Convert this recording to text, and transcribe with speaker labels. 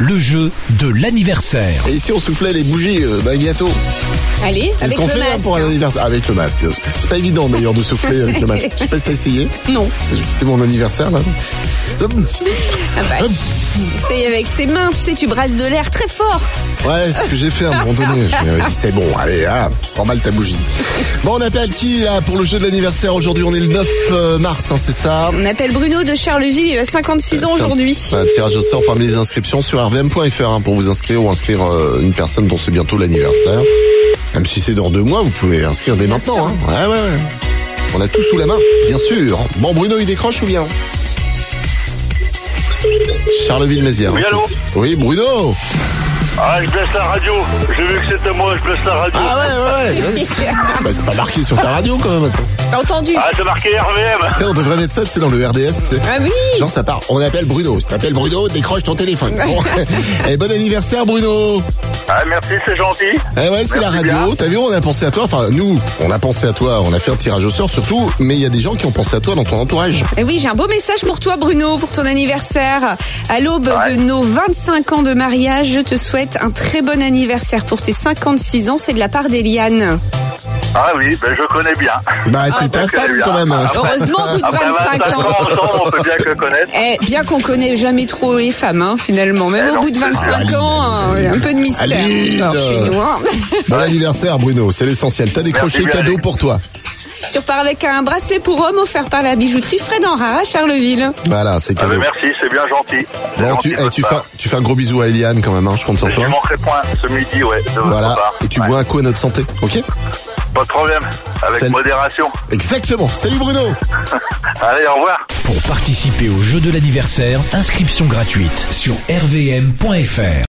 Speaker 1: le jeu de l'anniversaire.
Speaker 2: Et ici, on soufflait les bougies, euh, bah, gâteau.
Speaker 3: Allez,
Speaker 2: C'est ce
Speaker 3: avec
Speaker 2: qu'on
Speaker 3: le
Speaker 2: fait là,
Speaker 3: masque. hein.
Speaker 2: pour un anniversaire. Avec le masque, bien sûr. C'est pas évident d'ailleurs de souffler avec le masque. Je sais pas si t'as essayé.
Speaker 3: Non.
Speaker 2: C'était mon anniversaire, là. Hop.
Speaker 3: Ah bah,
Speaker 2: Hop.
Speaker 3: c'est avec tes mains, tu sais, tu brasses de l'air très fort.
Speaker 2: Ouais, c'est ce que j'ai fait à un moment donné. Je me suis dit, c'est bon, allez, ah, prends mal ta bougie. Bon, on appelle qui, là, pour le jeu de l'anniversaire aujourd'hui On est le 9 euh, mars, hein, c'est ça
Speaker 3: On appelle Bruno de Charleville, il a 56 ans aujourd'hui.
Speaker 2: Un tirage au sort parmi les inscriptions sur rvm.fr hein, pour vous inscrire ou inscrire euh, une personne dont c'est bientôt l'anniversaire. Même si c'est dans deux mois, vous pouvez inscrire dès maintenant. Hein. Ouais, ouais, ouais. On a tout sous la main, bien sûr. Bon, Bruno, il décroche ou bien Charleville-Mézières.
Speaker 4: Oui, allô
Speaker 2: Oui, Bruno
Speaker 4: Ah, je baisse la radio. J'ai vu que c'était moi, je baisse la radio.
Speaker 2: Ah ouais, ouais, ouais. Bah, c'est pas marqué sur ta radio quand même. attends.
Speaker 3: T'as entendu
Speaker 4: Ah, c'est marqué RVM.
Speaker 2: Tiens, on devrait mettre ça, c'est dans le RDS, tu sais.
Speaker 3: Ah oui
Speaker 2: Genre, ça part, on appelle Bruno. Si t'appelles Bruno, décroche ton téléphone. Bon. Et bon anniversaire, Bruno
Speaker 4: Ah, merci, c'est gentil.
Speaker 2: Eh ouais, c'est la
Speaker 4: Merci
Speaker 2: radio.
Speaker 4: bien.
Speaker 2: T'as vu, on a pensé à toi. Enfin, nous, on a pensé à toi. On a fait un tirage au sort surtout. Mais il y a des gens qui ont pensé à toi dans ton entourage.
Speaker 3: Eh oui, j'ai un beau message pour toi, Bruno, pour ton anniversaire. À l'aube
Speaker 4: Ouais.
Speaker 3: de nos 25 ans de mariage, je te souhaite un très bon anniversaire pour tes 56 ans. C'est de la part d'Eliane.
Speaker 4: Ah oui, ben je connais bien.
Speaker 2: Bah, c'est ta
Speaker 4: ok,
Speaker 2: femme
Speaker 4: bien.
Speaker 2: quand même.
Speaker 4: Ah,
Speaker 3: Heureusement, au bout de
Speaker 4: Après
Speaker 3: 25
Speaker 4: 25 ans
Speaker 3: ans.
Speaker 4: ensemble, on peut bien que connaître.
Speaker 3: Eh, bien qu'on connaît jamais trop les femmes, hein, finalement. Même
Speaker 4: Eh
Speaker 3: au
Speaker 4: non.
Speaker 3: bout de 25
Speaker 2: Ah, Aline,
Speaker 3: ans, hein, il y a un peu de mystère
Speaker 2: Aline.
Speaker 3: encore chez nous. hein.
Speaker 2: Bon anniversaire, Bruno. C'est l'essentiel. T'as décroché
Speaker 4: Merci,
Speaker 2: cadeau
Speaker 4: Valérie.
Speaker 2: pour toi.
Speaker 3: tu repars avec un bracelet pour homme offert par la bijouterie Fred Enra à Charleville.
Speaker 2: Voilà, c'est
Speaker 4: Ah, ben
Speaker 2: cadeau.
Speaker 4: merci, c'est bien gentil. C'est
Speaker 2: Bon,
Speaker 4: gentil
Speaker 2: tu,
Speaker 4: de
Speaker 2: eh,
Speaker 4: votre
Speaker 2: tu, fais,
Speaker 4: part.
Speaker 2: un- tu fais un gros bisou à Eliane quand même. Hein. Je compte sur
Speaker 4: Je
Speaker 2: toi.
Speaker 4: ne manquerai point ce midi, ouais, de votre
Speaker 2: Voilà.
Speaker 4: part.
Speaker 2: Et tu
Speaker 4: Ouais.
Speaker 2: bois un coup à notre santé. Ok
Speaker 4: Pas de problème. Avec
Speaker 2: Salut.
Speaker 4: modération.
Speaker 2: Exactement. Salut, Bruno.
Speaker 4: Allez, au revoir.
Speaker 1: Pour participer au jeu de l'anniversaire, inscription gratuite sur rvm.fr.